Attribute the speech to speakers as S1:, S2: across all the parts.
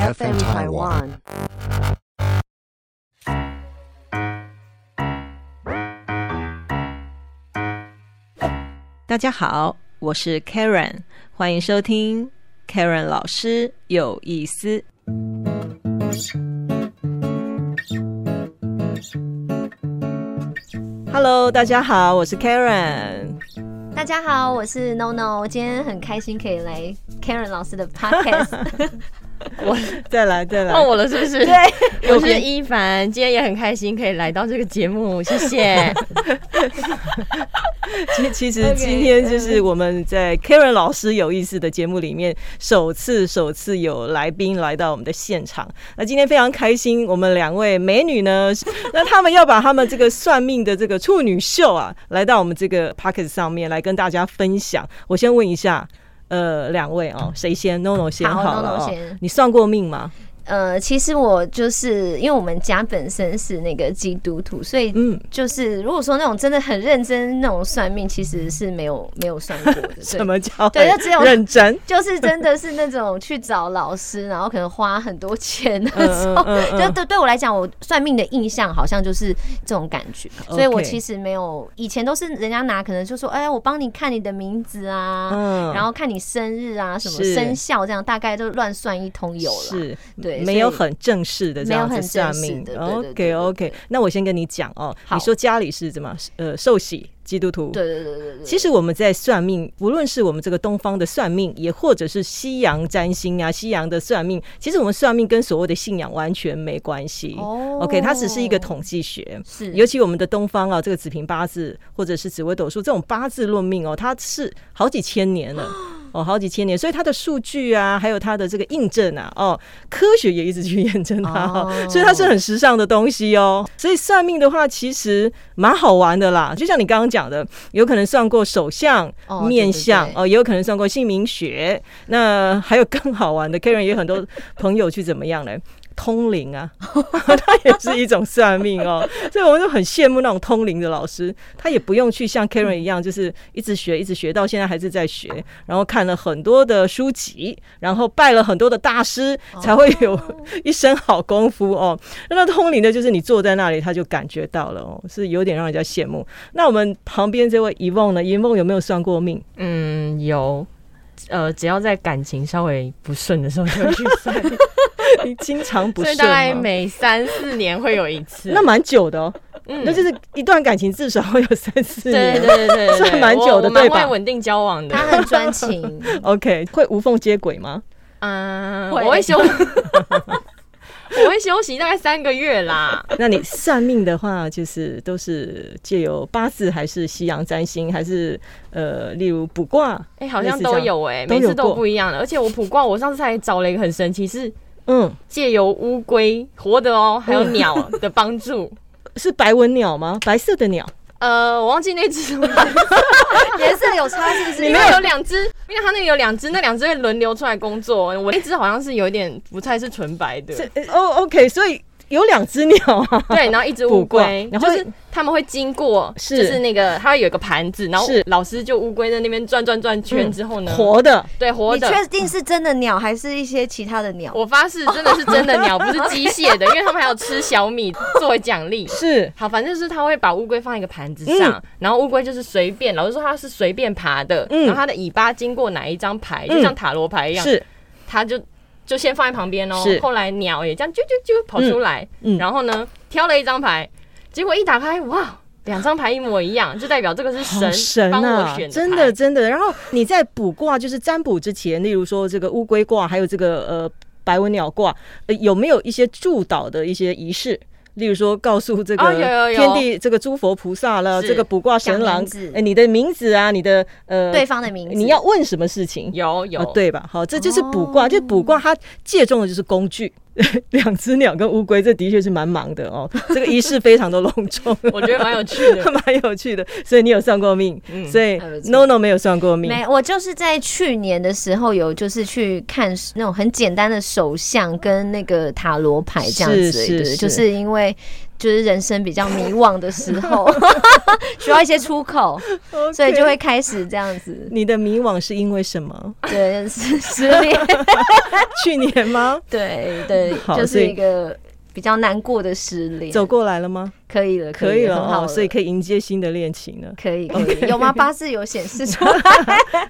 S1: FM Taiwan.
S2: 大家好，我是 Karen，欢迎收听 Karen 老师有意思。Hello，大家好，我是 Karen。
S3: 大家好，我是 No No，今天很开心可以来 Karen 老师的 podcast。
S4: 我
S2: 再来，再来
S3: 哦
S4: 换，我了是不是？
S2: 对
S4: 我是一凡，今天也很开心可以来到这个节 目，谢谢。
S2: 其其实
S3: OK，
S2: 今天就是我们在 Karen 老师有意思的节目里面，首次首次有来宾来到我们的现场。那今天非常开心，我们两位美女呢， 那她们要把她们这个算命的这个处女秀啊，来到我们这个 p o c k e t 上面来跟大家分享。我先问一下，呃，两位哦，谁先？NONO 先
S3: 嗯好
S2: 好了、
S3: ，NONO
S2: 哦
S3: 先，
S2: 你算过命吗？
S3: 呃，其实我就是因为我们家本身是那个基督徒，所以
S2: 嗯
S3: 就是如果说那种真的很认真那种算命，其实是没有没有算 过的。
S2: 什
S3: 对，
S2: 么叫
S3: 对就只有
S2: 认真？
S3: 就是真的是那种去找老师，然后可能花很多钱那
S2: 嗯
S3: 种。
S2: 嗯
S3: 就对对我来讲，我算命的印象好像就是这种感觉，所以我
S2: OK
S3: 其实没有以前都是人家拿可能就说，哎，我帮你看你的名字啊，
S2: 嗯
S3: 然后看你生日啊，什么
S2: 是
S3: 生肖这样，大概就乱算一通有了。
S2: 是，
S3: 对
S2: 没
S3: 所
S2: 有
S3: 以
S2: 很正式的这
S3: 没有
S2: 样子
S3: 很
S2: 算
S3: 正式
S2: 命
S3: 的。对对对
S2: OK
S3: 对
S2: OK，
S3: 对
S2: 那我先跟你讲哦，
S3: 好
S2: 你说家里是怎么呃受洗基督徒？
S3: 对对对对对。
S2: 其实我们在算命，无论是我们这个东方的算命，也或者是西洋占星啊、西洋的算命，其实我们算命跟所谓的信仰完全没关系。
S3: 哦
S2: OK，它只是一个统计学。
S3: 是
S2: 尤其我们的东方啊，这个紫平八字或者是紫微斗数这种八字论命哦，它是好几千年了。哦，好几千年，所以它的数据啊，还有它的这个印证啊，哦，科学也一直去验证它、哦，
S3: 哦
S2: 所以它是很时尚的东西哦。所以算命的话，其实蛮好玩的啦。就像你刚刚讲的，有可能算过手相、
S3: 哦
S2: 面
S3: 对对
S2: 相，
S3: 对
S2: 哦，也有可能算过姓名学。那 还有更好玩的，Karen 也有很多朋友去怎么样嘞？通灵啊， 它也是一种算命哦，所以我们就很羡慕那种通灵的老师，他也不用去像 Karen 一样，就是一直学，一直学到现在还是在学，然后看了很多的书籍，然后拜了很多的大师，
S3: 哦
S2: 才会有一身好功夫哦。那通灵的就是你坐在那里，他就感觉到了哦，是有点让人家羡慕。那我们旁边这位遗梦呢？遗梦有没有算 过命？
S4: 嗯，有，呃，只要在感情稍微不顺的时候就会去算，
S2: 你经常不
S4: 所以
S2: 顺
S4: 大概
S2: 吗？
S4: 每三四年会有一次。
S2: 那蛮久的哦，
S4: 嗯
S2: 那就是一段感情至少会有三四
S4: 对
S2: 年。
S4: 对对对对，
S2: 算蛮久
S4: 我
S2: 的
S4: 我蛮
S2: 对吧
S4: 会稳定交往的
S3: 他。很 专情，
S2: OK，会无缝接轨吗？
S4: 嗯，
S3: 会
S4: 我会休，我会休息大概三个月啦。
S2: 那你算命的话，就是都是借由八字，还是西洋占星，还是呃，例如卜卦？
S4: 哎，好像
S2: 类似这
S4: 都
S2: 样。
S4: 有哎，
S2: 都有
S4: 每次都
S2: 过
S4: 不一样的。而且我卜卦，我上次还找了一个很神奇是。
S2: 嗯，
S4: 借由乌龟活的哦，还有鸟的帮助。
S2: 是白文鸟吗？白色的鸟。
S4: 呃，我忘记那只什么，
S3: 颜色有差是不是？
S4: 因为有两只，因为它那里有两只，那两只会轮流出来工作。我那只好像是有点不太是纯白的，
S2: 是呃哦，OK，所以有两只鸟啊。
S4: 对，然后一只乌龟
S2: 捕，过然后
S4: 就是他们会经过，
S2: 是
S4: 就是那个它会有一个盘子，然后
S2: 是嗯
S4: 老师就乌龟在那边转转转圈之后呢，
S2: 活的，
S4: 对活
S3: 你
S4: 的。
S3: 确定是真的鸟还是一些其他的鸟？
S4: 我发誓，真的是真的鸟，不是机械 的，因为他们还有吃小米作为奖励。
S2: 是
S4: 好，反正就是他会把乌龟放一个盘子上，然后乌龟就是随便，老师说它是随便爬的，
S2: 嗯
S4: 然后它的尾巴经过哪一张牌，
S2: 嗯
S4: 就像塔罗牌一样，
S2: 是，
S4: 它就就先放在旁边哦
S2: 是。
S4: 后来鸟也这样啾啾啾跑出来，
S2: 嗯嗯
S4: 然后呢挑了一张牌，结果一打开，哇，两张牌一模一样，就代表这个是
S2: 好
S4: 神
S2: 神
S4: 帮我
S2: 啊
S4: 选！的
S2: 真
S4: 牌
S2: 的真的。然后你在卜卦，就是占卜之前，例如说这个乌龟卦，还有这个呃白文鸟卦、呃，有没有一些祝祷的一些仪式？例如说，告诉这个
S4: 哦有有有
S2: 天地这个诸佛菩萨了，
S4: 是
S2: 这个卜卦神
S3: 讲
S2: 郎
S3: 名字，
S2: 哎，你的名字啊，你的呃，
S3: 对方的名字，
S2: 你要问什么事情？
S4: 有有、哦
S2: 哦，对吧？好，这就是卜卦，就卜卦它借重的就是工具。 两只鸟跟乌龟，这的确是蛮忙的哦。这个仪式非常的隆重，
S4: 我觉得蛮有趣 的。
S2: 蛮有趣的。所以你有算过命，
S4: 嗯
S2: 所以
S3: 还不错
S2: No No 没有算过命。
S3: 没，我就是在去年的时候有就是去看那种很简单的手相跟那个塔罗牌这样子而已，
S2: 是是
S3: 对
S2: 是
S3: 就是因为就是人生比较迷惘的时候， 需要一些出口，所以就会开始这样子。
S2: 你的迷惘是因为什么？
S3: 对，失失恋，
S2: 去年 吗？
S3: 对对，
S2: 好
S3: 就
S2: 所
S3: 是
S2: 以
S3: 一个比较难过的失恋。
S2: 走过来了吗？
S3: 可以了，
S2: 可
S3: 以
S2: 以
S3: 了，
S2: 了
S3: 很好
S2: 哦，
S3: 了
S2: 所以可以迎接新的恋情了。
S3: 可以可以，有吗？八字有显示出来，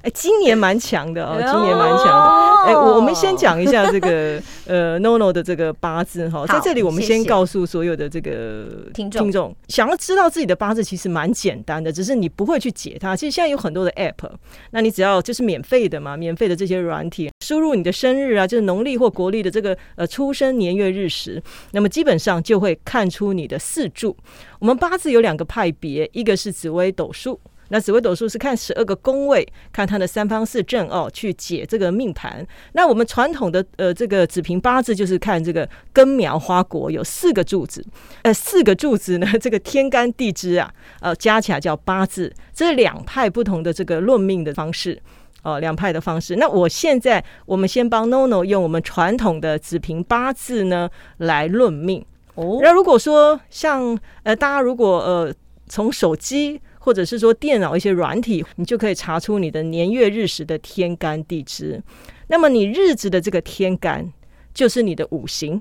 S2: 哎，今年蛮强的哦，
S3: 哎呦
S2: 今年蛮强的。
S3: 哦
S2: 哎、我我们先讲一下这 个呃 NONO 的这个八字哈，在这里我们
S3: 谢
S2: 先
S3: 谢
S2: 告诉所有的这个
S3: 听众
S2: 听众想要知道自己的八字其实蛮简单的，只是你不会去解它。其实现在有很多的 App，那你只要就是免费的嘛，免费的这些软体，输入你的生日啊，就是农历或国历的这个呃出生年月日时，那么基本上就会看出你的四柱。我们八字有两个派别，一个是紫微斗数。那紫微斗数是看十二个宫位，看它的三方四正哦，去解这个命盘。那我们传统的呃这个子平八字就是看这个根苗花果有四个柱子，呃四个柱子呢，这个天干地支啊，呃加起来叫八字，这是两派不同的这个论命的方式。哦，两派的方式。那我现在我们先帮 NONO 用我们传统的子平八字呢来论命。
S3: 哦，
S2: 那如果说像呃，大家如果呃从手机或者是说电脑一些软体，你就可以查出你的年月日时的天干地支。那么你日子的这个天干就是你的五行。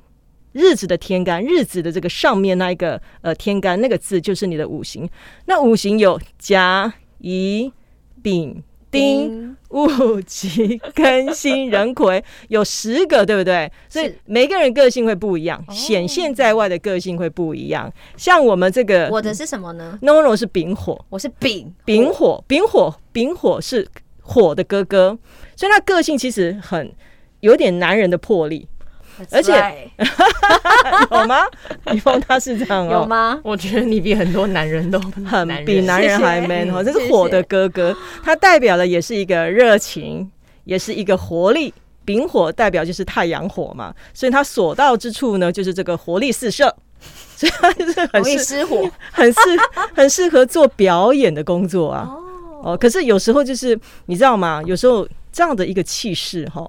S2: 日子的天干，日子的这个上面那一个呃天干那个字就是你的五行。那五行有甲、乙、丙、丁、 戊己庚辛壬癸有十个，对不对？所以
S3: 是哦
S2: 每个人个性会不一样，显现在外的个性会不一样。像我们这个
S3: 我的是什么呢？
S2: NONO 是丙火，
S3: 我是丙
S2: 丙
S3: 哦
S2: 火，丙火，丙火是火的哥哥，所以他个性其实很有点男人的魄力， 而且
S3: That's right
S2: 有吗？你峰他是这样哦，
S3: 有吗？
S4: 我觉得你比很多男人都
S2: 很比男
S4: 人
S2: 人
S3: 谢谢嗯
S2: 还 man 哦哈，这
S3: 谢
S2: 是
S3: 谢
S2: 火的哥哥，他代表的也是一个热情，也是一个活力。丙火代表就是太阳火嘛，所以他所到之处呢，就是这个活力四射， 所以他就是很
S3: 容易
S2: 适
S3: 失火
S2: 很适很适合做表演的工作啊。
S3: 哦，
S2: 哦，可是有时候就是你知道吗？有时候这样的一个气势哈，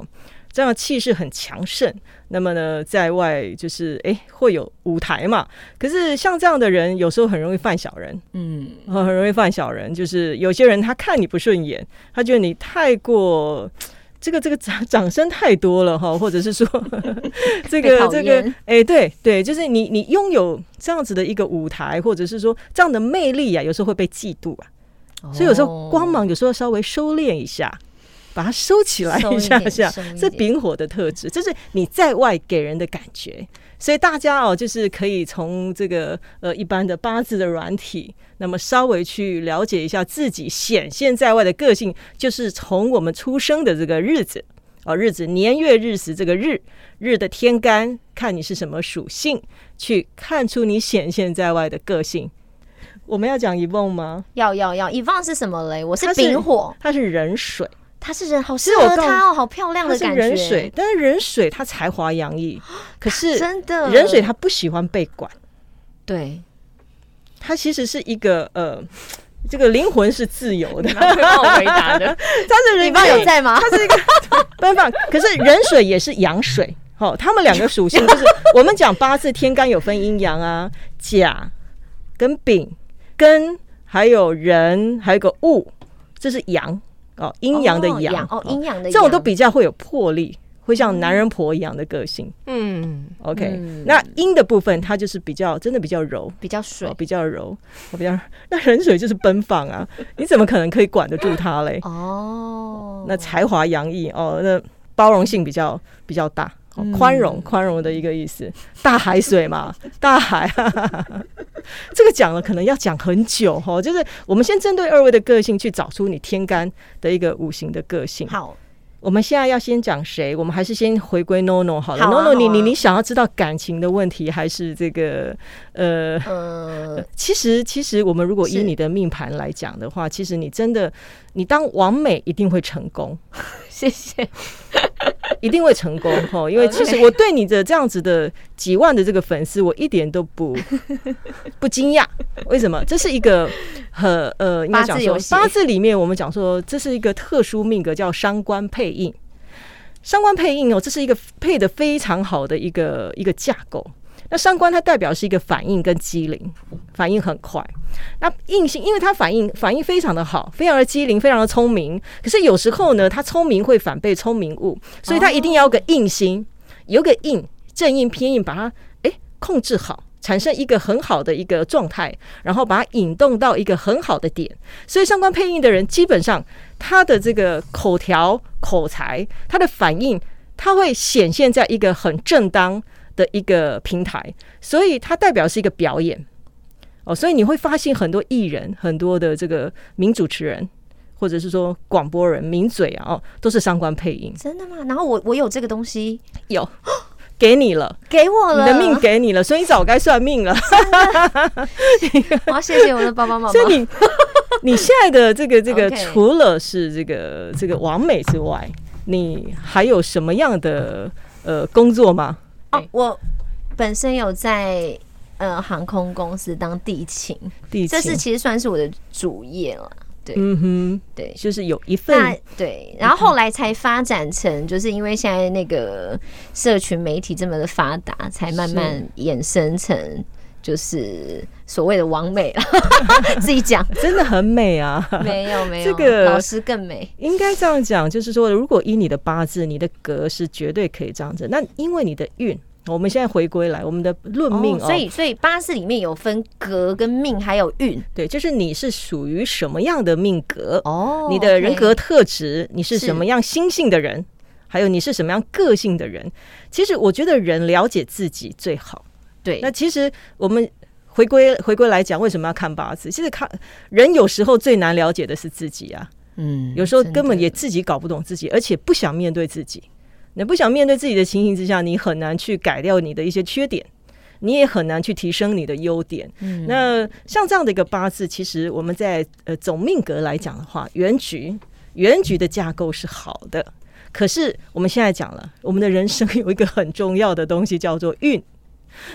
S2: 这样的气势很强盛，那么呢，在外就是诶会有舞台嘛。可是像这样的人，有时候很容易犯小人，
S3: 嗯，
S2: 呃很容易犯小人。就是有些人他看你不顺眼，他觉得你太过。这个这个掌掌声太多了哈，或者 是说这
S3: 被
S2: 个
S3: 讨
S2: 这
S3: 厌
S2: 个哎、对对，就是你你拥有这样子的一个舞台，或者是说这样的魅力啊，有时候会被嫉妒啊。 所以有时
S3: 哦
S2: 候光芒有时候稍微收敛一下，把它收起来
S3: 收一
S2: 一下
S3: 点
S2: 下
S3: 收一，
S2: 这
S3: 点
S2: 丙火的特质，这是你在外给人的感觉。所以大家哦，就是可以从这个呃一般的八字的软体，那么稍微去了解一下自己显现在外的个性，就是从我们出生的这个日子哦，日子年月日时这个日日的天干，看你是什么属性，去看出你显现在外的个性。我们要讲一梦吗？
S3: 要要要，以放是什么嘞？我是
S2: 他是
S3: 丙火，
S2: 它是人水，
S3: 他是人，好
S2: 其
S3: 适
S2: 实
S3: 合
S2: 我告
S3: 他哦，好漂亮
S2: 它
S3: 的
S2: 是
S3: 感觉。啊
S2: 人水，但是人水它才华洋 溢，可是
S3: 真的
S2: 人水他不喜欢被管，
S3: 对，
S2: 他其实是一个呃，这个灵魂是自 由的，
S4: 会帮我回答的，
S2: 他是
S3: 你
S2: 人
S3: 爸有在吗？
S2: 办法，可是人水也是阳水。好、他们两个属性就是我们讲八字天干有分阴阳啊，甲跟丙跟还有人还有个戊，这是阳哦，阴阳的
S3: 哦
S2: 阳
S3: 哦，阴阳的阳，
S2: 这种都比较会有魄力，会像男人婆一样的个性。
S4: 嗯，
S2: OK，、
S3: 嗯
S2: 那阴的部分它就是比较真的比较柔，
S3: 比较水
S2: 哦、比较柔， 哦比较那人水就是奔放 啊，你怎么可能可以管得住它嘞？
S3: 哦。
S2: 那才华洋溢哦，那包容性比较比较大，哦
S3: 嗯
S2: 宽、容宽容的一个意思。大海水 嘛，大海、 啊，这个讲了可能要讲很久哦。就是我们先针对二位的个性去找出你天干的一个五行的个性。
S3: 好，
S2: 我们现在要先讲谁？我们还是先回归 NONO 好了。
S3: 好啊
S2: NONO，你
S3: 好啊
S2: 你你想要知道感情的问题，还是这个呃？
S3: 呃，
S2: 其实，其实我们如果
S3: 是
S2: 以你的命盘来讲的话，其实你真的，你当完美一定会成功，
S3: 谢谢。
S2: 一定会成 功哈。因为其实我对你的这样子的几万的这个粉丝，我一点都 不不惊讶。为什么？这是一个很呃，应该
S3: 八
S2: 讲
S3: 字
S2: 说
S3: 游戏
S2: 八字里面我们讲说，这是一个特殊命格，叫伤官配印。伤官配印哦，这是一个配的非常好的一个一个架构。那伤官它代表是一个反应跟机灵，反应很快。那印星，因为它反应反应非常的好，非常的机灵，非常的聪明。可是有时候呢，它聪明会反被聪明误，所以它一定要有个印星，有个印正印偏印，把它诶控制好。产生一个很好的一个状态，然后把它引动到一个很好的点。所以相关配音的人，基本上他的这个口条、口才、他的反应，他会显现在一个很正当的一个平台，所以它代表是一个表演。哦，所以你会发现很多艺人、很多的这个名主持人，或者是说广播人、名嘴啊，哦，都是相关配音。
S3: 真的吗？然后我我有这个东西，
S2: 有 给你了。
S3: 给我
S2: 你
S3: 了，
S2: 的命 给你了，所以你早该算命了。
S3: 我要谢谢我的爸爸妈妈
S2: 所。以 你你现在的这个这个，
S3: OK
S2: 除了是这个这个完美之外，你还有什么样的呃工作吗？
S3: 哦，我本身有在呃航空公司当地勤，
S2: 第一，
S3: 这是其实算是我的主业了。对
S2: 嗯
S3: 对
S2: 哼，，就是有一
S3: 那
S2: 份
S3: 对，
S2: 嗯
S3: 然后后来才发展成，就是因为现在那个社群媒体这么的发达，才慢慢衍生成就是所谓的完美 了。自 己讲
S2: 真的很美啊。
S3: 没有没有，
S2: 这个
S3: 老师更美。
S2: 应该这样讲，就是说，如果依你的八字，你的格是绝对可以这样子。那因为你的运，我们现在回归来，我们的论命哦，
S3: 所以所以八字里面有分格跟命，还有运
S2: 对，就是你是属于什么样的命格
S3: 哦
S2: 你的人
S3: OK
S2: 格特质，你是
S3: 是
S2: 什么样心性的人，还有你是什么样个性的人。其实我觉得人了解自己最好。
S3: 对
S2: 那，其实我们回归回归来讲，为什么要看八字？其实看人有时候最难了解的是自己啊，
S3: 嗯
S2: 有时候
S3: 真
S2: 根本
S3: 的
S2: 也自己搞不懂自己，而且不想面对自己。你不想面对自己的情形之下，你很难去改掉你的一些缺点，你也很难去提升你的优点。
S3: 嗯
S2: 那像这样的一个八字，其实我们在呃总命格来讲的话，原局原局的架构是好的。可是我们现在讲了，我们的人生有一个很重要的东西叫做运。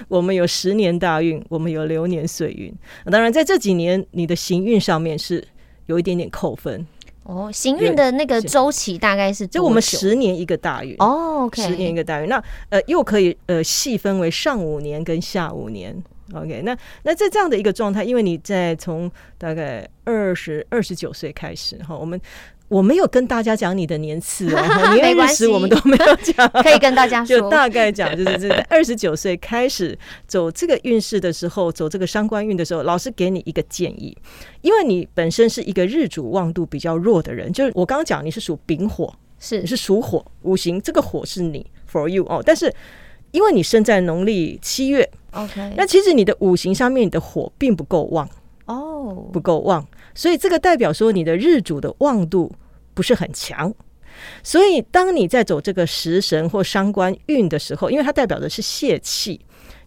S2: 我们有十年大运，我们有流年岁运。当然，在这几年你的行运上面是有一点点扣分，
S3: 哦，行运的那个
S2: 是
S3: 周期大概是
S2: 就我们
S3: 多久
S2: 十年一个大运。
S3: 哦，OK，
S2: 十年一个单元。那呃，又可以呃细分为上五年跟下五年。OK，那那在这样的一个状态，因为你在从大概二十二十九岁开始哈，我们我没有跟大家讲你的年次哦，哈
S3: 没
S2: 连日
S3: 关系
S2: 时我们都没有讲，
S3: 可以跟大 家
S2: 就
S3: 说，
S2: 大概讲就是这 二十九岁开始走这个运势的时候，走这个伤官运的时候，老师给你一个建议，因为你本身是一个日主旺度比较弱的人，就是我刚刚讲你是属丙火，
S3: 是
S2: 你是属火，五行这个火是你 for you 哦，但是因为你生在农历七月，
S3: OK，
S2: 那其实你的五行上面你的火并不够旺，
S3: 哦，
S2: 不够旺，所以这个代表说你的日主的旺度不是很强。所以，当你在走这个食神或伤官运的时候，因为它代表的是泄气，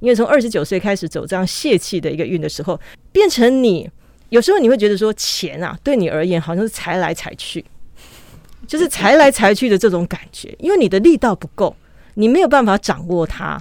S2: 因为从二十九岁开始走这样泄气的一个运的时候，变成你有时候你会觉得说钱啊，对你而言好像是财来财去，就是财来财去的这种感觉，因为你的力道不够，你没有办法掌握它，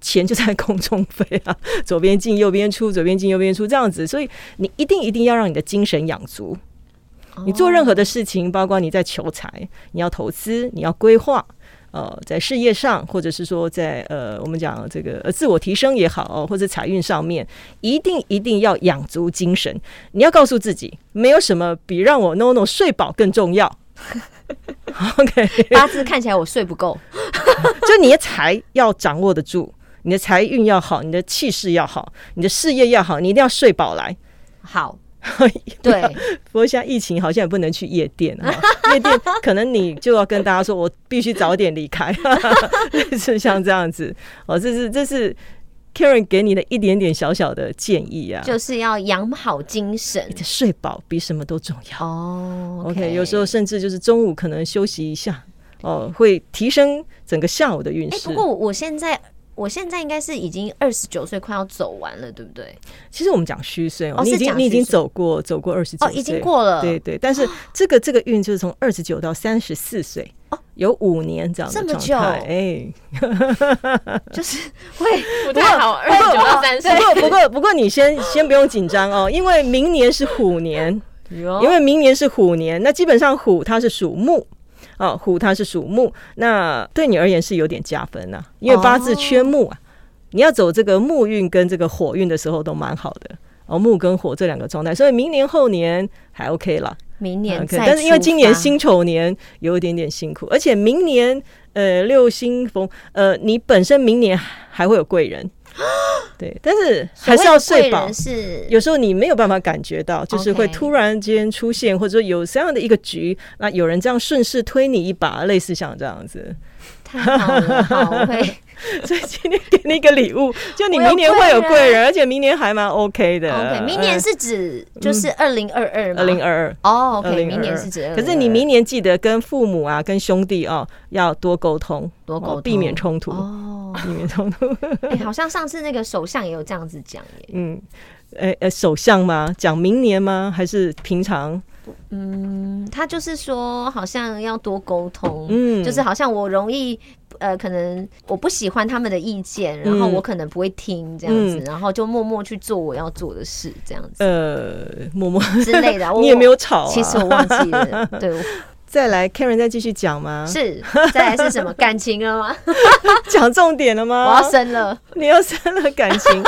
S2: 钱就在空中飞啊，左边进右边出，左边进右边出这样子，所以你一定一定要让你的精神养足。
S3: 哦
S2: 你做任何的事情，包括你在求财，你要投资，你要规划，呃，在事业上，或者是说在呃，我们讲这个呃自我提升也好，哦或者财运上面，一定一定要养足精神。你要告诉自己，没有什么比让我 no no 睡饱更重要。OK，
S3: 八字看起来我睡不够，
S2: 就你的财要掌握得住，你的财运要好，你的气势要好，你的事业要好，你一定要睡饱来。
S3: 好， 对，
S2: 不过现在疫情好像也不能去夜店啊， 夜店可能你就要跟大家说，我必须早点离开， 类似像这样子哦，这是这是 Karen 给你的一点点小小的建议啊，
S3: 就是要养好精神
S2: 你的睡饱比什么都重要。
S3: 哦
S2: OK，有时候甚至就是中午可能休息一下哦，会提升整个下午的运
S3: 哎，
S2: 势。
S3: 不过我现在。我现在应该是已经二十九岁，快要走完了，对不对？
S2: 其实我们讲虚岁哦，
S3: 哦
S2: 你
S3: 是
S2: 已
S3: 讲
S2: 经你已
S3: 虚
S2: 经
S3: 岁
S2: 走过走过二十九
S3: 哦，
S2: 岁，
S3: 已经过了，
S2: 对对，但是这个这个运就是从二十九到三十四岁，有五年这样的
S3: 哦这么
S2: 状
S3: 久
S2: 态。哎，
S3: 就是会
S4: 不太好，二十九到三十
S2: 不。过不过不过你先先不用紧张哦，因为明年是虎年，因
S4: 哦
S3: 因
S2: 为明年是虎年，那基本上虎它是属木。哦，虎它是属木，那对你而言是有点加分呐、因为八字缺木啊。你要走这个木运跟这个火运的时候都蛮好的哦，木跟火这两个状态，所以明年后年还 OK 啦。
S3: 明年
S2: OK，
S3: 再出发、
S2: 啊但是因为今年辛丑年有一点点辛苦，而且明年呃六星逢呃你本身明年还会有贵 人，对，但是还是要睡饱。
S3: 所谓的贵人是
S2: 有时候你没有办法感觉到，就是会
S3: OK
S2: 突然间出现，或者说有这样的一个局，那有人这样顺势推你一把，类似像这样子。
S3: 太好了，好会
S2: 所以今天给你一个礼物，就你
S3: 我有
S2: 明年会有贵
S3: 贵
S2: 人，而且明年还蛮 OK 的。呃
S3: OK。明年是指就是二零二二吗？
S2: 嗯二零二二。
S3: 哦
S2: 2022
S3: ，OK，明年是指2022，
S2: 可是你明年记得跟父母啊、跟兄弟哦，要多沟通，
S3: 多沟通
S2: 哦避免冲突，
S3: 哦，
S2: 避免冲突。
S3: 哎，好像上次那个首相也有这样子讲耶，
S2: 嗯，呃呃，首相吗？讲明年吗？还是平常？
S3: 嗯，他就是说好像要多沟通，
S2: 嗯
S3: 就是好像我容易。呃，可能我不喜欢他们的意见，然后
S2: 嗯
S3: 我可能不会听这样子，
S2: 嗯
S3: 然后就默默去做我要做的事这样子、
S2: 呃，默默，
S3: 之 类的。我哦
S2: 你也没有吵、啊。
S3: 其实我忘 记了，对，我
S2: 再来，Karen 再继续讲吗？
S3: 是，再来是什么感情了吗？
S2: 讲重点了
S3: 我
S2: 吗？
S3: 要生了，
S2: 你要生了感情，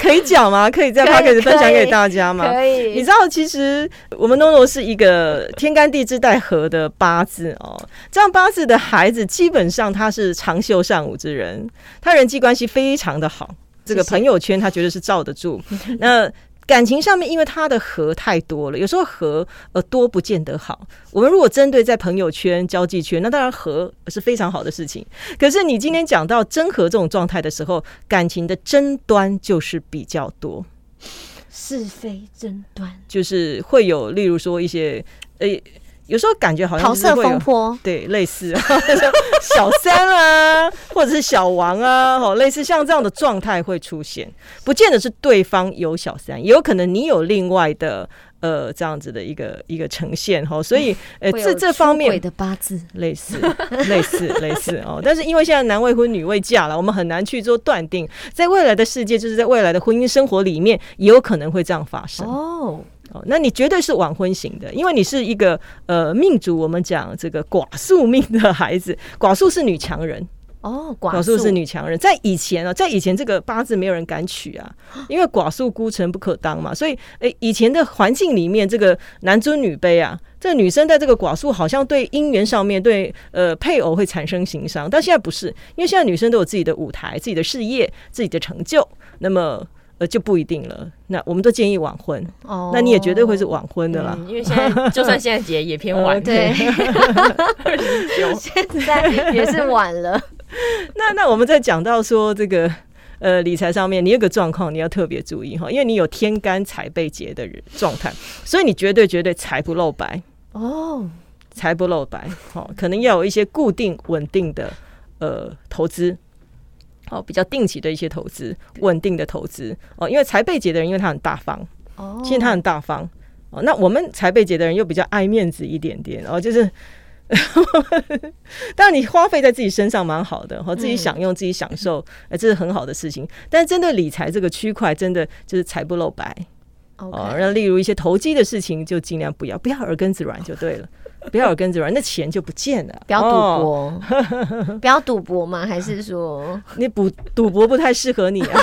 S2: 可以讲吗？可以在 p
S3: 可以
S2: o c a s t 分享
S3: 可以
S2: 给大家吗？
S3: 可
S2: 你
S3: 以
S2: 知。道，其实我们 NONO 是一个天干地支带合的八字哦。这样八字的孩子，基本上他是长袖善舞之人，他人际关系非常的好，这个
S3: 谢谢
S2: 朋友圈他绝对是罩得住。那感情上面，因为他的合太多了，有时候合呃多不见得好。我们如果针对在朋友圈、交际圈，那当然合是非常好的事情。可是你今天讲到真和这种状态的时候，感情的争端就是比较多。
S3: 是非争端，
S2: 就是会有，例如说一些，呃，有时候感觉好像就
S3: 桃
S2: 是
S3: 色
S2: 会有
S3: 风波，
S2: 对，类似 小三啊， 或者是小王啊，哦，类似像这样的状态会出现，不见得是对方有小三，也有可能你有另外的呃这样子的一个一个呈现哈、哦，所 以呃
S3: 会
S2: 这
S3: 有
S2: 这方
S3: 出轨
S2: 面
S3: 的八字，
S2: 类似 类似类似哦，但是因为现在男未婚女未嫁了，我们很难去做断定，在未来的世界，就是在未来的婚姻生活里面，也有可能会这样发生。
S3: 哦，
S2: 哦，那你绝对是晚婚型的，因为你是一个呃命主，我们讲这个寡宿命的孩子，寡宿是女强人，
S3: 哦，
S2: 寡
S3: 寡
S2: 宿是女强人，在以前啊，在以前这个八字没有人敢娶啊，因为寡宿孤臣不可当嘛，所以诶、以前的环境里面，这个男尊女卑啊，这个女生在这个寡宿好像对姻缘上面对呃配偶会产生情伤，但现在不是，因为现在女生都有自己的舞台、自己的事业、自己的成就，那么呃就不一定了。那我们都建议晚婚。
S3: 哦，
S2: 那你也绝对会是晚婚的啦。
S4: 嗯因为现在就算现在结也偏
S2: 哦
S4: 晚，
S3: 对， 现在也是晚了，
S2: 那那我们再讲到说这个。呃，理财上面你有个状况，你要特别注意哈，因为你有天干财被劫的人状态，所以你绝对绝对财不露白，
S3: 哦，
S2: 财不露白，好、可能要有一些固定稳定的呃投资，好、比较定期的一些投资，稳定的投资哦，因为财被劫的人，因为他很大方，
S3: 哦，
S2: 其实他很大方哦。那我们财贝节的人又比较爱面子一点点哦，就是。 当然，你花费在自己身上蛮好的，哦和自
S3: 嗯
S2: 己享用、自己享受，呃，这是很好的事情。但是针对理财这个区块，真的就是财不露白哦。
S3: OK，
S2: 那例如一些投机的事情，就尽量不要，不要耳根子软就对了，不要耳根子软，那钱就不见了。
S3: 不要
S2: 哦
S3: 赌博，不要赌博吗？还 是说
S2: 你赌赌博不太适合你 啊。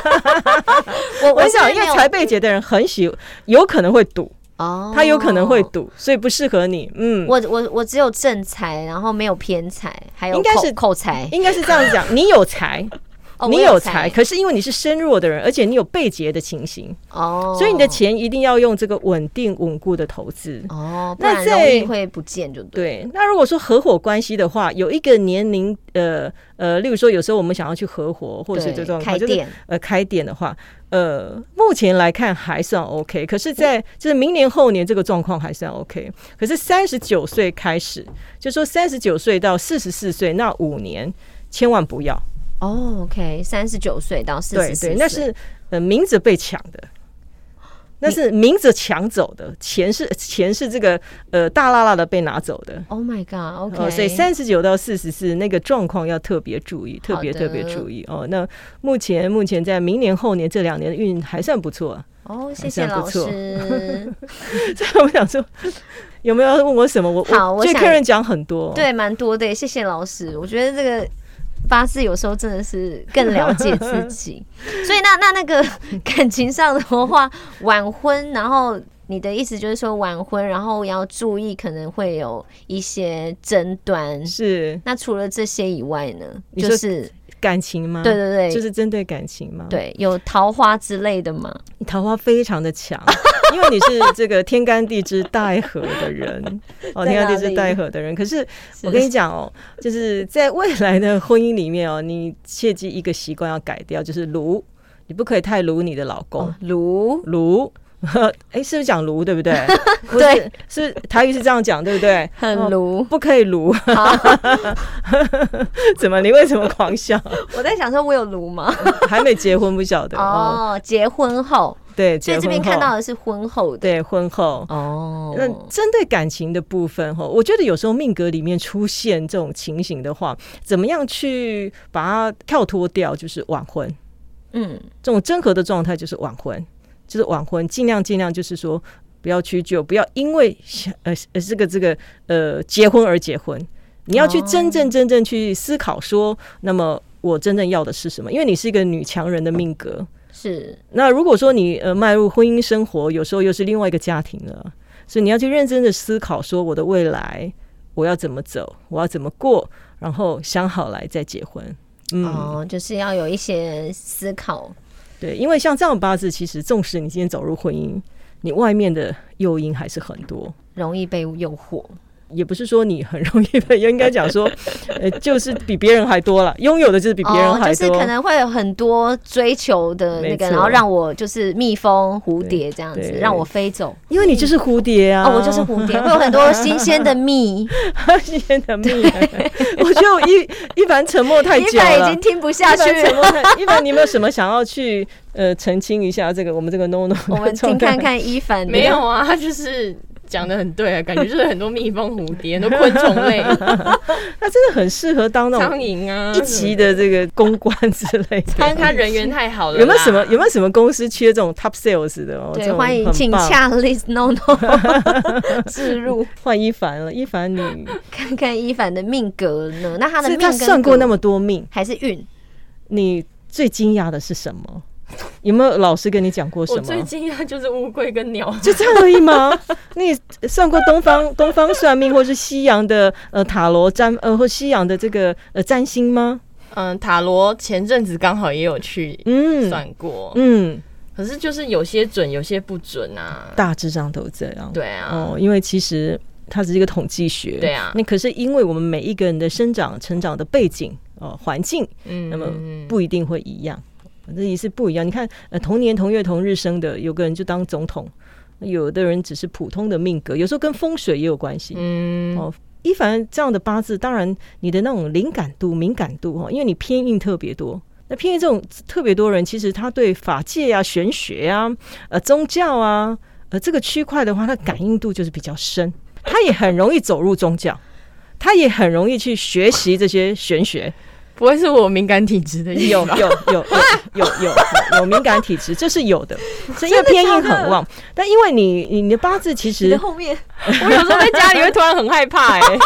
S3: 我
S2: 我
S3: 是
S2: 想，因
S3: 没
S2: 为
S3: 有
S2: 财贝节的人很喜，有可能会赌，
S3: 哦，
S2: 他有可能会赌，所以不适合你。嗯，
S3: 我我我只有正财，然后没有偏财，还有
S2: 应该
S3: 口
S2: 是
S3: 口财。
S2: 应该是这样讲，你有才，
S3: 哦
S2: 你
S3: 我
S2: 有才，
S3: 财
S2: 可是因为你是身弱的人，而且你有被劫的情形，
S3: 哦，
S2: 所以你的钱一定要用这个稳定稳固的投资。
S3: 哦，不
S2: 那
S3: 然容
S2: 在
S3: 易会不见就对。
S2: 对，那如果说合伙关系的话，有一个年龄，呃呃，例如说有时候我们想要去合伙，或者是
S3: 对
S2: 这种
S3: 开
S2: 就是
S3: 店
S2: 呃开店的话，呃，目前来看还算 OK，可是在，就是明年后年这个状况还算 OK，可是三十九岁开始，就说三十九岁到四十四岁那五年，千万不要。
S3: 哦，OK，三十九岁到四
S2: 对
S3: 十
S2: 对，那是呃名字被抢的，那是名字抢走的，钱是钱是这个呃大拉拉的被拿走的。
S3: Oh my God，OK，、
S2: 哦，所以三十九到四十四那个状况要特别注意，特别
S3: 好的
S2: 特别注意哦。那目前目前在明年后年这两年的运还算不错、啊，
S3: 哦，谢
S2: 好
S3: 谢
S2: 像不
S3: 老
S2: 错
S3: 师，
S2: 所以我想说，有没有要问我什么？我
S3: 好我
S2: 对
S3: 想
S2: 客人讲很多，
S3: 对，蛮多的耶，谢谢老师。我觉得这个八字有时候真的是更了解自 己。所以那那那个 感情上的话，晚婚，然后你的意思就是说晚婚，然后要注意可能会有一些争端。
S2: 是
S3: 那除了这些以外呢，
S2: 你
S3: 就
S2: 说
S3: 是
S2: 感情吗？
S3: 对对对，
S2: 就是针对感情吗？，
S3: 对有桃花之类的嘛。
S2: 你桃花非常的强， 因为你是这个天干地支带合的 人哦，
S3: 在
S2: 天干
S3: 哪
S2: 地支
S3: 里
S2: 带合的人。可是
S3: 是
S2: 我跟你讲哦，就是在未来的婚姻里面哦，你切记一个习惯要改掉，就是撸，你不可以太撸你的老公
S3: 哦，，卢
S2: 撸。哎，是不是讲撸对不 对？不
S3: 对
S2: 是，是台语是这样讲对不对？
S3: 很
S2: 哦
S3: 卢。
S2: 不可以撸。 怎么？你为什么狂笑？
S3: 我在想说，我有卢吗？
S2: 还没结婚不晓得哦。
S3: 哦，结婚后，
S2: 对，
S3: 所以
S2: 结
S3: 这边
S2: 婚
S3: 看
S2: 后
S3: 到的是婚后的。
S2: 对婚后。
S3: 哦，
S2: 那针对感情的部分哈，我觉得有时候命格里面出现这种情形的话，怎么样去把它跳脱掉？就是晚婚
S3: 嗯，
S2: 这种真和的状态，就是晚婚，就是晚婚，尽量尽量就是说不要屈就，不要因为想呃呃这个这个呃结婚而结婚，你要去
S3: 哦
S2: 真正真正去思考说，那么我真正要的是什么？因为你是一个女强人的命格，
S3: 是
S2: 那如果说你呃迈入婚姻生活，有时候又是另外一个家庭了，所以你要去认真的思考，说我的未来我要怎么走，我要怎么过，然后想好来再结婚。嗯，
S3: 哦，就是要有一些思考。
S2: 对，因为像这样的八字，其实纵使你今天走入婚姻，你外面的诱因还是很多。
S3: 容易被诱惑，
S2: 也不是说你很容易 被，应该讲说，呃，就是比别人还多了，拥有的就是比别人
S3: 哦，
S2: 还
S3: 就
S2: 多。
S3: 是可能会有很多追求的那
S2: 没
S3: 个，
S2: 错
S3: 然后让我就是蜜蜂、蝴蝶这样子，
S2: 对对
S3: 让我飞走。
S2: 因为你就是蝴蝶啊，
S3: 哦，我 就是蝴蝶，会有很多新鲜的蜜。
S2: 今天的命。我觉得我一一凡沉默 太
S3: 一
S2: 久
S3: 凡已
S2: 了
S3: 经。听不下去
S2: 一般沉
S3: 了，
S2: 默 太一般你有没有什么想要去呃澄清一下这个我们这个 no no
S3: 我们听看看一凡 的
S4: 没有啊，他就是讲的很对啊，感觉就是很多蜜蜂、蝴蝶、很多昆虫类、
S2: 那真的很适合当那
S4: 苍
S2: 种
S4: 蝇啊，
S2: 一级的这个公关之类
S4: 但
S2: 的。
S4: 他人缘太好了啦。
S2: 有没有什么有没有什么公司缺这种 top sales 的哦？这
S3: 对，
S2: 种
S3: 欢迎
S2: 很
S3: 请
S2: 棒
S3: 洽 list no no 置入
S2: 换一凡了，一凡你
S3: 看看一凡的命格呢？那 他的
S2: 所以
S3: 命
S2: 他
S3: 格
S2: 算过那么多命，
S3: 还是运？
S2: 你最惊讶的是什么？有没有老师跟你讲过什
S4: 我
S2: 么？
S4: 最惊讶就是乌龟跟鸟，
S2: 就这样而已吗？ 你算过东方东方算命，或是西洋的呃塔罗占呃或西洋的这个呃占星吗？
S4: 嗯，塔罗前阵子刚好也有去
S2: 嗯，
S4: 算过，
S2: 嗯，
S4: 可是就是有些准，有些不准啊。
S2: 大致上都这样。、
S4: 对啊，
S2: 哦，因为其实它只是一个统计学。
S4: 对啊
S2: 那可是因为我们每一个人的生长、成长的背景、哦环境，
S4: 嗯，
S2: 那么
S4: 嗯
S2: 不一定会一样，这也是不一样。你看，呃，同年同月同日生的，有个人就当总统，有的人只是普通的命格，有时候跟风水也有关系。
S4: 嗯，
S2: 哦一凡这样的八字，当然你的那种灵感度、敏感度哦，因为你偏硬特别多。那偏硬这种特别多人，其实他对法界啊、玄学啊、呃宗教啊、呃这个区块的话，他感应度就是比较深，他也很容易走入宗教，他也很容易去学习这些玄学。
S4: 不会是我敏感体质的意
S2: 有
S4: 思
S2: 有
S4: 吧？
S2: 有有有有有敏感体质，这是有的，所以因为偏硬很旺。但因为你你你的八字其
S3: 你
S2: 实
S3: 的后面
S4: 我有时候在家里会突然很害怕，哎，
S2: 欸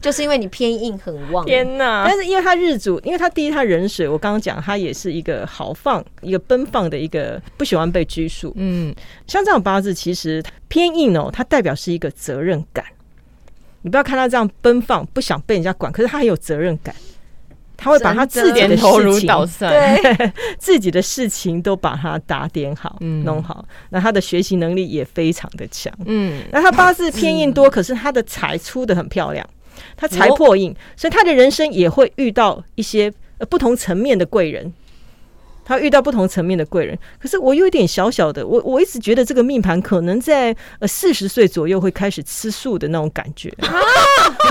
S3: 就是因为你偏硬很 旺，
S4: 天哪！
S2: 但是因为他日主，因为他第一他人水，我刚刚讲他也是一个豪放、一个奔放的一个不喜欢被拘束。
S4: 嗯，
S2: 像这种八字其实偏硬哦，它代表是一个责任感。你不要看他这样奔放，不想被人家管，可是他很有责任感，他会把他自己的
S4: 点头
S2: 事
S4: 如
S2: 情
S4: 捣蒜。
S3: 对，
S2: 自己的事情都把它打点好、
S4: 嗯
S2: 弄好，那他的学习能力也非常的强。
S4: 嗯，
S2: 那他八字偏硬多，可是他的财出的很漂亮，他财破
S4: 哦
S2: 印，所以他的人生也会遇到一些呃不同层面的贵人。他遇到不同层面的贵人，可是我有一点小小的，我我一直觉得这个命盘可能在呃四十岁左右会开始吃素的那种感觉。
S4: 啊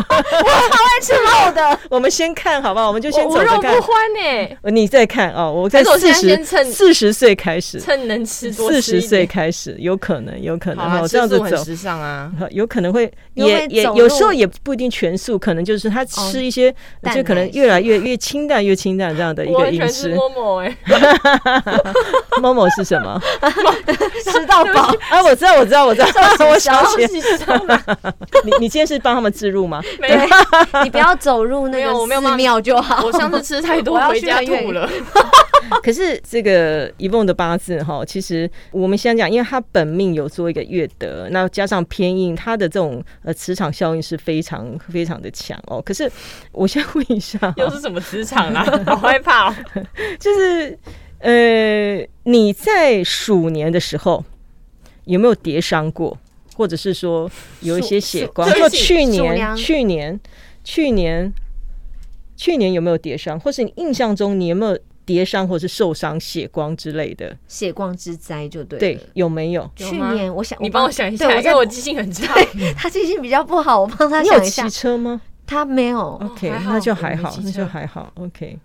S3: 爱吃肉的，
S2: 我们先看好不好？我们就
S4: 我
S2: 先走
S4: 无肉
S2: 着看
S4: 不，欢哎，
S2: 呃你再看哦。我在
S4: 还是我现
S2: 四
S4: 在先
S2: 十
S4: 趁
S2: 四十岁开始，
S4: 趁能吃多
S2: 四
S4: 吃
S2: 十
S4: 一
S2: 岁
S4: 点。
S2: 开始，有可能，有可能，
S4: 好啊
S2: 哦
S4: 啦，
S2: 这样
S4: 吃
S2: 子
S4: 素很
S2: 走。
S4: 时尚啊。
S2: 有可能会
S3: 又
S2: 也
S3: 会
S2: 也
S3: 走
S2: 有
S3: 入
S2: 时候也不一定全素，可能就是他吃一些
S3: 淡
S2: 就可能
S3: 奶
S2: 越来越越清淡越清淡这样的一
S4: 我
S2: 个
S4: 很喜
S2: 饮
S4: 欢吃
S2: 食。
S4: 摸摸哎，
S2: 某某是什么？
S3: 吃到 饱，
S2: 啊，我知道，我知道，我知道，我想起来。
S4: 是什么？
S2: 你你今天是帮他们自入吗？
S4: 没有，
S3: 你不要走入那
S4: 没有我没
S3: 个
S4: 有
S3: 寺
S4: 骂你
S3: 庙就好。
S4: 我上次吃太多
S3: 我要
S4: 回
S3: 去
S4: 家
S3: 医院
S4: 吐了。
S2: 可是这个一梦的八字哈，其实我们先讲，因为他本命有做一个月德，那加上偏印，他的这种呃磁场效应是非常非常的强哦。可是我先问一下哦，
S4: 又是什么职场啦？ 好害怕哦！
S2: 就是呃你在鼠年的时候有没有跌伤过，或者是说有一些血光？
S4: 鼠
S2: 就
S4: 鼠
S2: 去
S3: 鼠
S2: 年
S3: 娘
S2: 去年去年去年有没有跌伤，或是你印象中你有没有跌伤或是受伤、血光之类的？
S3: 血光之灾就对。
S2: 对，，有没有？
S4: 有
S3: 去
S4: 吗
S3: 年我想，
S4: 你帮我想一下，
S3: 对，
S4: 因为
S3: 我
S4: 我
S3: 在
S4: 记性很差。
S3: 他最近比较不好，我帮他
S2: 你有
S3: 想一下哦
S2: 骑，车吗
S3: 他没有，
S2: ？OK，
S4: 还好
S2: 那就还
S4: 我没
S2: 好，
S4: 骑
S2: 那
S4: 车
S2: 就还好。OK，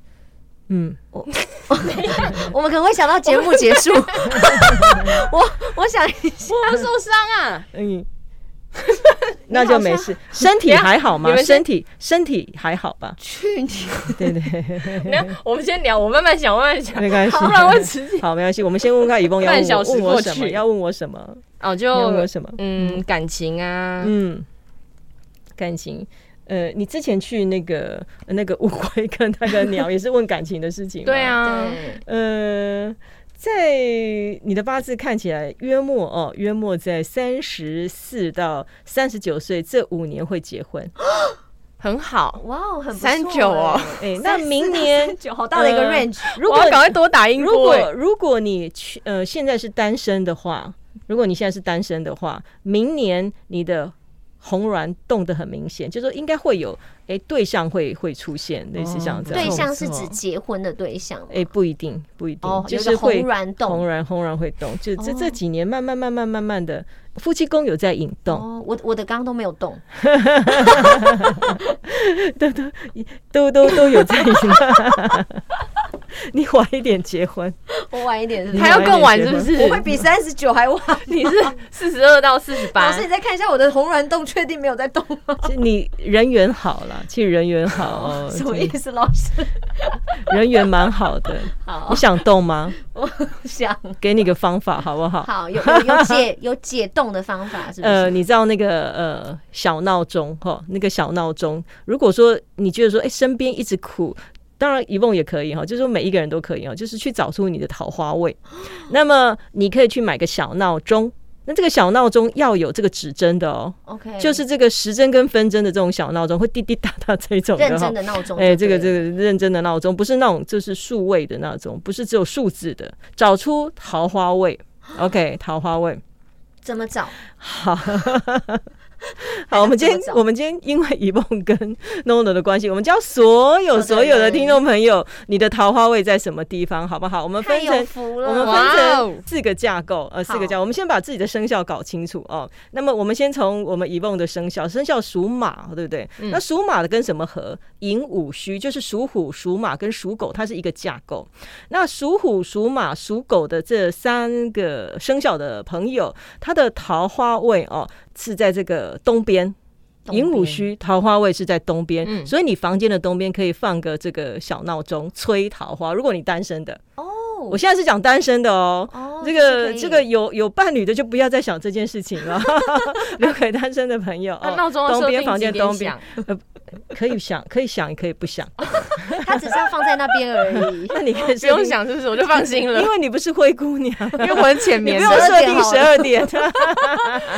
S2: 嗯，
S3: 我们可能会想到节目结 束。我我想一下，？
S4: 我受伤啊！
S2: 嗯， 那就没事。身体还好
S4: 你
S2: 吗？
S4: 们先
S2: 身体身体还好吧
S3: 去年
S2: 对对，
S4: 那 我们先聊，我慢慢想，慢慢想，
S2: 没关系。
S4: 不然会直接
S2: 好，没关系。我们先问看以梦要
S4: 半
S2: 问
S4: 小
S2: 我
S4: 时
S2: 问
S4: 过
S2: 我什么？
S4: 去
S2: 要问我什么？
S4: 哦，
S2: 要问
S4: 就
S2: 我什么？
S4: 嗯，感情啊，
S2: 嗯，感情。呃，你之前去那个那个乌龟跟那个鸟也 是问感情的事情，
S4: 对。啊，
S3: 对
S2: 呃，在你的八字看起来，约莫哦，约莫在三十四到三十九岁这五年会 结婚。
S4: 很好。
S3: 哇哦，很不错
S4: 三九哦
S2: 哎、
S3: 哎，
S2: 那明年
S3: 九好大的一个
S2: 呃
S3: range，
S2: 如
S4: 我
S2: 果
S4: 要赶快多打音
S2: 如
S4: 波欸。
S2: 果如果你去呃现在是单身的话，如果你现在是单身的话，明年你的。红鸾动得很明显，就说应该会有哎、对象会会出现类似像这样
S3: 对
S2: 子，
S3: 象是指
S2: 哦
S3: 结婚的对象吗
S2: 哎、不一定不一定，
S3: 哦，
S2: 就
S3: 有
S2: 是
S3: 个红
S2: 会
S3: 鸾
S2: 红
S3: 洞。
S2: 鸾红鸾会动，就这
S3: 哦
S2: 这几年慢慢慢慢慢慢的，夫妻宫有在引动，
S3: 哦，我我的刚刚都没有动，
S2: 都都都有在引动。你晚一点结婚，
S3: 我晚一点是
S2: 你
S3: 不是
S4: 还要更晚是不是？
S3: 我会比三十九还晚。
S4: 你是四十二到四十八哦
S3: 老师，，你再看一下我的红鸾洞，确定没有在动吗？
S2: 就你人缘好了，其实人缘好哦，
S3: 什么
S2: 这
S3: 意思，老师？
S2: 人缘蛮好的。
S3: 好
S2: 你，想动吗？
S3: 我想
S2: 给你个方法好不好？
S3: 好，有有有解有解冻的方法，是不
S2: 呃，
S3: 是？
S2: 你知道那个呃小闹钟哈，那个小闹钟，如果说你觉得说哎、身边一直苦，当然一梦也可以哈，就是说每一个人都可以哈，就是去找出你的桃花 位。那么你可以去买个小闹钟，那这个小闹钟要有这个指针的哦，
S3: OK，
S2: 就是这个时针跟分针的这种小闹钟，会滴滴答答这种
S3: 认
S2: 的哈
S3: 真。的闹钟。
S2: 哎、这个这
S3: 对了
S2: 个认真的闹钟，不是那种就是数位的那种，不是只有数字的，找出桃花 位。OK，桃花位。
S3: 怎么找？
S2: 好，好，我们今天
S3: 还哎要怎么找
S2: 我们今天因为一梦跟 Nono 的关系，我们教所有
S3: 所
S2: 所
S3: 有
S2: 有的
S3: 人
S2: 听众朋友，你的桃花位在什么地方，好不好？我们
S3: 太
S2: 分
S3: 有
S2: 成。
S3: 福
S2: 我们
S3: 了，
S2: 分
S4: 哇哦
S2: 成四个架构，呃，四个架构，
S3: 好
S2: 我们先把自己的生肖搞清楚哦。那么我们先从我们一梦的生肖，生肖属马，对不对？
S4: 嗯
S2: 那属马的跟什么合？寅午戌，就是属虎、属马跟属狗，它是一个架构。那属虎、属马、属狗的这三个生肖的朋友，他的桃花位哦是在这个东边。
S3: 东边
S2: 寅午戌桃花位是在东边，
S4: 嗯
S2: 所以你房间的东边可以放个这个小闹钟催桃花。如果你单身的，
S3: 哦
S2: 我现在是讲单身的哦。
S3: 哦，
S2: 这个这个
S3: 是
S2: 有有伴侣的就不要再想这件 事情了，留给单身的朋友
S4: 那
S2: 哦。
S4: 闹钟要
S2: 东
S4: 设
S2: 边
S4: 定
S2: 房
S4: 几
S2: 间
S4: 点
S2: 东边
S4: 响？
S2: 可以想，可以想，也可以不 想。
S3: 可以，他只是要放在那边而
S2: 。
S3: 已
S2: 那你可以
S4: 不
S2: 设
S4: 用
S2: 定，
S4: 想是不是？我就放心了
S2: 因，为你不是灰姑 娘，
S4: 因为我很浅
S2: 你
S4: 眠
S2: 不
S4: 的
S2: 用，设定十二点，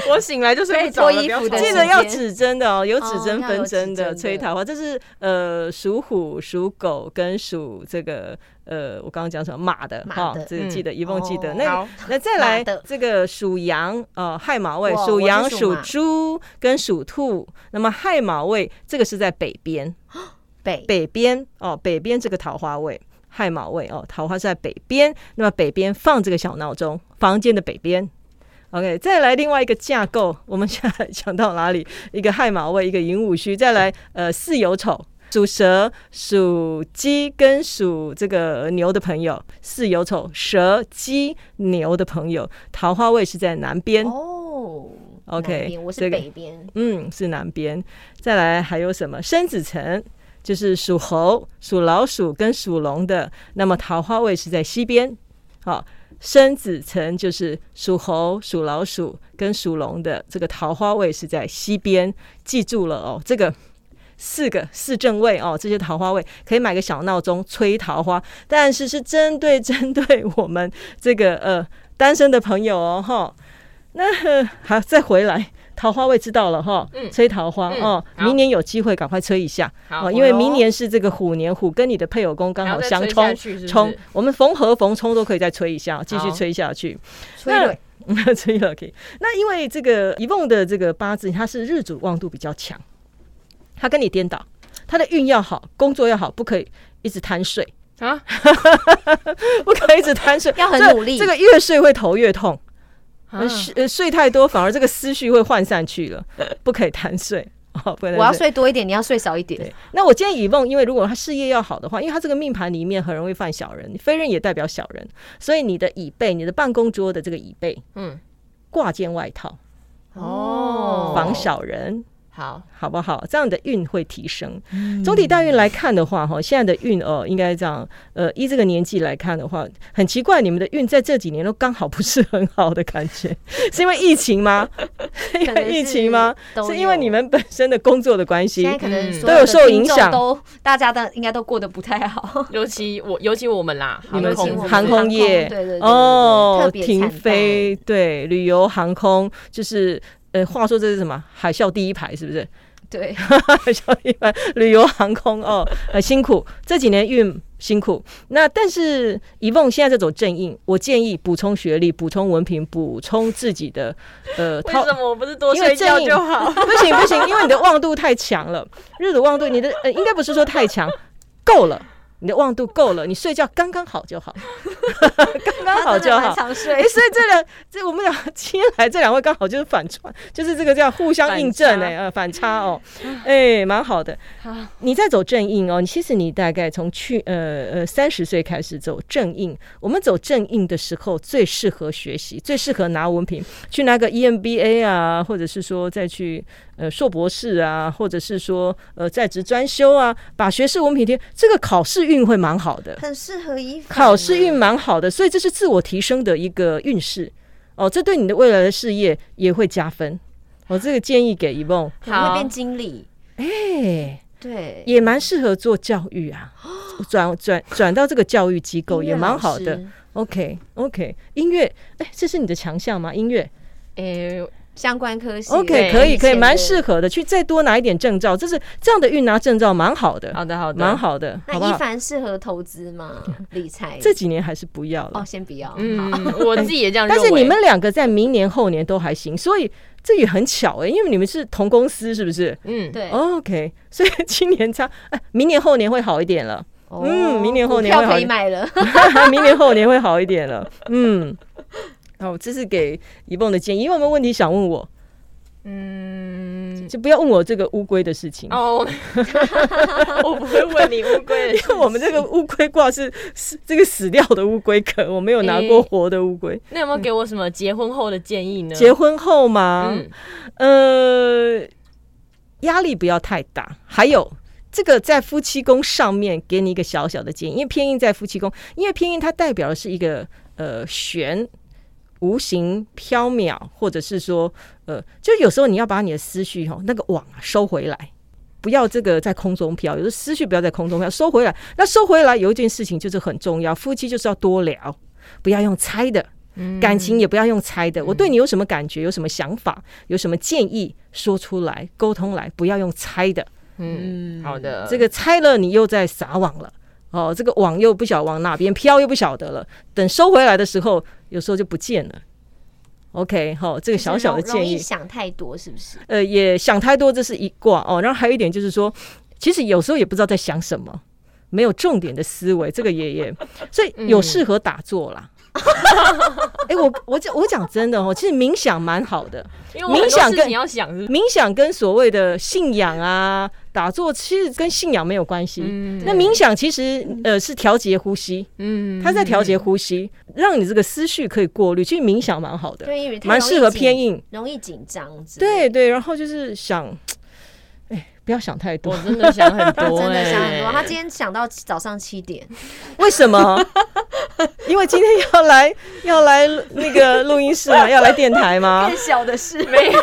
S4: 我醒来就睡不着了。
S3: 可以脱衣服的
S4: 不
S2: 记
S4: 要吵
S3: 时
S2: 得
S3: 间
S2: 要指针的哦，有指
S3: 哦
S2: 针
S3: 要
S2: 分
S3: 有
S2: 针
S3: 指针
S2: 的
S3: 的
S2: 催桃花，这是呃属虎、属狗跟属这个呃我刚刚讲什么马的
S3: 马
S2: 哈
S3: 的，
S2: 这个记得一
S3: 哦
S2: 梦记得
S3: 那
S2: 那。
S4: 好，
S2: 那再来
S3: 马的
S2: 这个属羊，呃，亥卯位，
S3: 哇
S2: 属
S3: 我
S2: 羊、
S3: 是属
S2: 属
S3: 马
S2: 猪跟属兔。那么亥卯位，这个是在北边，
S3: 北
S2: 北边哦，北边这个桃花位，亥卯位哦，桃花是在北边，那么北边放这个小闹钟，房间的北边。OK，再来另外一个架构， 我们现在想到哪里？一个亥卯位，一个寅午戌，再来呃巳酉丑。属蛇、属鸡跟属这个牛的朋友，巳酉丑，蛇、鸡、牛的朋友，桃花位是在南边。
S3: 哦
S2: OK，
S3: 南边我是
S2: 这个
S3: 北边，
S2: 嗯，是南边。再来还有什么？申子辰，就是属猴、属老鼠跟属龙的。那么桃花位是在西边，好、申子辰就是属猴、属老鼠跟属龙的，这个桃花位是在西边，记住了哦，这个。四个四正位哦，这些桃花位可以买个小闹钟催桃花，但是是针对针对我们这个呃单身的朋友哦哈。那呃好，再回来桃花位知道了哈，
S4: 嗯
S2: 催桃花、
S4: 嗯
S2: 哦，
S4: 好
S2: 明年有机会赶快催一下
S4: 好
S2: 哦，因为明年是这个虎年，虎跟你的配偶宫刚好
S4: 然
S2: 相
S4: 后
S2: 冲
S4: 再吹下去是不是
S2: 冲，我们逢合逢冲都可以再催一下，继续
S4: 好
S2: 催下去。
S3: 催泪，，
S2: 催了可以。那因为这个一梦的这个八字，它是日主旺度比较强，它跟你颠倒，它的运要好，工作要好，不可以一直贪睡，
S4: 啊，
S2: 不可以一直贪 睡
S3: 要很
S2: 这
S3: 努力
S2: 这个越睡会头越痛，
S4: 啊
S2: 呃睡呃睡太多反而这个思绪会涣散去了，不可以贪睡。哦，不能
S3: 我要睡多一点，你要睡少一点
S2: 对。，那我建议以梦，因为如果他事业要好的话，因为他这个命盘里面很容易犯小人，飞刃也代表小人，所以你的椅背、你的办公桌的这个椅背
S4: 嗯，
S2: 挂件外套
S4: 哦
S2: 防小人。
S4: 好，
S2: 好不好？这样的运会提升。总体大运来看的话，哈，现在的运哦，应该这样，呃，依这个年纪来看的话，很奇怪，你们的运在这几年都刚好不是很好的感觉， 是因为疫情吗？ 是因
S3: 可能
S2: 为
S3: 是
S2: 疫情吗？
S3: 都
S2: 是因
S3: 有
S2: 为你们本身的工作的关系
S3: 现在可能
S4: 嗯
S3: 所
S2: 都有
S3: 的
S2: 受影
S3: 听众
S2: 响
S3: 都大家的应该都过得不太好。
S4: 尤其我，尤其我们啦，
S2: 你们
S3: 尤
S4: 航
S3: 其我
S4: 空
S3: 们
S2: 航空业
S3: 航空对对对对对
S2: 哦
S3: 特，别惨
S2: 停飞对旅游航空就是。呃，话说这是什么？海啸第一排是不是？
S3: 对，
S2: 海啸第一排，旅游航空哦，呃，辛苦这几年运辛苦。那但是以梦现在这种正印，我建议补充学历、补充文凭、补充自己的呃，
S4: 为
S2: 掏
S4: 什么我不是多
S2: 因为
S4: 睡觉
S2: 正印
S4: 就好？
S2: 不行不行，因为你的旺度太强了，日主旺度，你的呃，应该不是说太强，够了，你的旺度够了，你睡觉刚刚好就好， 刚刚好
S3: 他真
S2: 就
S3: 的蛮
S2: 好。
S3: 常
S2: 哎、
S3: 睡。
S2: 所以这两这我们俩今天来这两位刚好就是反串，就是这个叫互相印证哎、
S4: 反
S2: 呃反差哦， 哎、蛮好的。
S4: 好
S2: 你在走正印哦，你其实你大概从去呃呃三十岁开始走正印，我们走正印的时候最适合学习，最适合拿文凭，去拿个 E EMBA 啊，或者是说再去呃硕博士啊，或者是说呃在职专修啊，把学士文凭贴，这个考试运会蛮好的。
S3: 很适合衣服，
S2: 考试运蛮好的，所以这是自我提升的一个运势哦，这对你的未来的事业也会加分。我、这个建议给一梦，
S3: 可能
S4: 好
S3: 会变经理。
S2: 哎，
S3: 对，
S2: 也蛮适合做教育啊，转转转到这个教育机构
S3: 音乐
S2: 也蛮
S3: 老
S2: 好的
S3: 师。。
S2: OK OK，音乐，哎，这是你的强项吗？音乐
S4: 诶，
S3: 相关科系。
S2: OK
S4: 对
S2: 可以可以，
S3: 前
S2: 蛮
S3: 的
S2: 适合的，去再多拿一点证照，这是这样的运拿证照蛮好的，
S4: 好的好的，
S2: 蛮，好的，好不
S3: 那一
S2: 好？
S3: 凡适合投资 吗？理财？
S2: 这几年还是不要了
S3: 哦，。先不要。
S4: 嗯，我自己也这样认
S2: 但
S4: 为。
S2: 是你们两个在明年后年都还行，所以这也很巧哎、因为你们是同公司，是不是
S4: 嗯，
S3: 对，
S2: 哦？OK，所以今年差，哎，明年后年会好一点了，
S3: 哦
S2: 嗯明年后年
S3: 股
S2: 会
S3: 票
S2: 好
S3: 可
S2: 一
S3: 以买 了。
S2: 明年后年会好一点了，嗯。哦，这是给一梦的建议，因为有没有问题想问我，
S4: 嗯，
S2: 就不要问我这个乌龟的事情，
S4: 哦，我 我不会问你乌龟的事
S2: 因为我们这个乌龟卦是是这个死掉的乌龟壳，我没有拿过
S4: 诶嗯
S2: 活的乌龟。
S4: 那有没有给我什么结婚后的建议呢？
S2: 结婚啊后嘛，
S4: 嗯，
S2: 呃，压力不要太大。还有这个在夫妻宫上面给你一个小小的建议，因为偏印在夫妻宫，因为偏印它代表的是一个呃玄。无形缥缈，或者是说，呃，就有时候你要把你的思绪哦，那个网啊收回来，不要这个在空中飘，有的思绪不要在空中飘，收回来。那收回来有一件事情就是很重要，夫妻就是要多聊，不要用猜的，
S3: 嗯
S2: 感情也不要用猜的。我对你有什么感觉，有什么想法，有什么建议，说出来，沟通来，不要用猜的。
S4: 嗯，好的，
S2: 这个猜了，你又在撒网了。哦，这个网又不晓得往哪边飘，又不晓得了。等收回来的时候，有时候就不见了。OK，好、这个小小的
S3: 就是容
S2: 建
S3: 容易
S2: 议，
S3: 想太多是不是？
S2: 呃，也想太多，这是一卦哦。然后还有一点就是说，其实有时候也不知道在想什么，没有重点的思维，这个也也，所
S4: 嗯
S2: 以有适合打坐啦。 哎、我我讲我讲真的哦，其实冥想蛮好的，
S4: 因为我很
S2: 冥想
S4: 多
S2: 跟
S4: 事情要想是不是，
S2: 冥想跟所谓的信仰啊、打坐，其实跟信仰没有关系。
S4: 嗯
S2: 那冥想其实呃是调节呼吸，
S4: 嗯
S2: 它 在调节呼吸，让你这个思绪可以过滤。其实冥想蛮好的，
S3: 对，因为太
S2: 蛮
S3: 容易
S2: 适合
S3: 紧
S2: 偏，硬。
S3: 容易紧张之类的。
S2: 对对，然后就是想哎不要想太多
S1: 我。真的想很多、
S3: 真
S1: 欸，
S3: 的想很多。他今天想到早上七点，
S2: 为什么？ 因为今天要来要来那个录音室嘛，要来电台吗？
S3: 更小的事。
S4: 没有，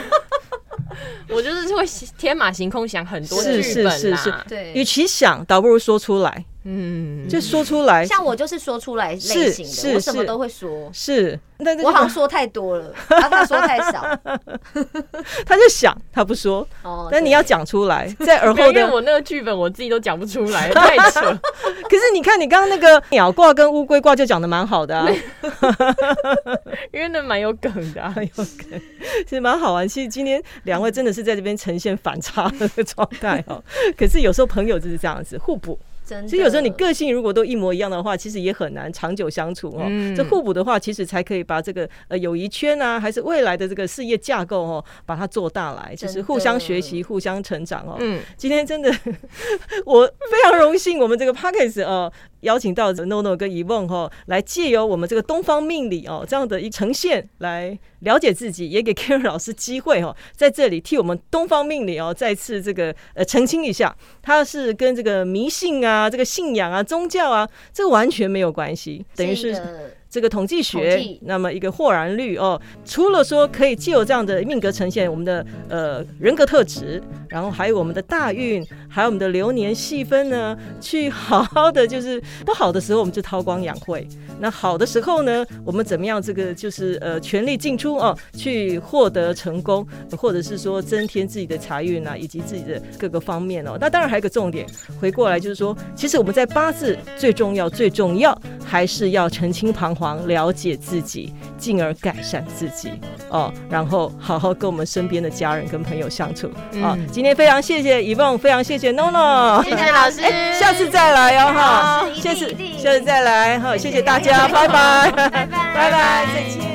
S1: 我就是会天马行空想很多
S2: 是
S1: 剧本啦。
S2: 是是是与
S3: 对，
S2: 其想，倒不如说出来，
S1: 嗯，
S2: 就说出来。
S3: 像我就是说出来类型
S2: 是
S3: 的，我
S2: 是
S3: 什么都会说。
S2: 是，但是
S3: 我好像说太多 了，啊，他说太少。
S2: 他就想，他不说，
S3: 哦，
S2: 但你
S3: 对
S2: 要讲出 来，在耳
S1: 没有
S2: 后
S1: 因为
S2: 的。
S1: 我那个剧本我自己都讲不出来，太扯。
S2: 可是你看，你刚刚那个鸟卦跟乌龟卦就讲的蛮好的啊，
S1: 因为那蛮有梗 的、啊，
S2: 其实蛮好玩。其实今天两位真的是在这边呈现反差的状态哦。可是有时候朋友就是这样子互补，
S3: 真的，
S2: 其实有时候你个性如果都一模一样的话，其实也很难长久相处哦。
S1: 嗯
S2: 这互补的话，其实才可以把这个呃友谊圈啊，还是未来的这个事业架构哦，把它做大来，就是
S3: 真的
S2: 互相学习、互相成长哦。
S1: 嗯，
S2: 今天真的， 我非常荣幸，我们这个 p a c k a g e 呃，邀请到 NONO 跟 e v o n 哦，来借由我们这个东方命理哦这样的一呈现，来了解自己，也给 Karen 老师机会哦，在这里替我们东方命理哦再次这个呃澄清一下，它是跟这个迷信啊、这个信仰啊、宗教啊，这完全没有关系，等于
S3: 一
S2: 是
S3: 个
S2: 这个统计学，
S3: 统计
S2: 那么一个豁然率哦，除了说可以借由这样的命格呈现我们的呃人格特质，然后还有我们的大运，还有我们的流年细分呢，去好好的就是不好的时候我们就韬光养晦，那好的时候呢，我们怎么样这个就是呃全力进出哦，去获得成功，或者是说增添自己的财运啊，以及自己的各个方面哦。那当然还有一个重点，回过来就是说，其实我们在八字最重要、最重要还是要澄清彷徨，了解自己，进而改善自己哦，然后好好跟我们身边的家人跟朋友相处啊、
S1: 嗯
S2: 今天非常谢谢一梦，非常谢谢 NONO，
S3: 谢谢老师
S1: 哎
S2: 下次再来哦哈
S3: 好，一定
S2: 下次
S3: 一定
S2: 下次再来哈，谢谢大家，
S3: 拜
S2: 拜拜，
S3: 拜拜
S2: 拜拜，再见。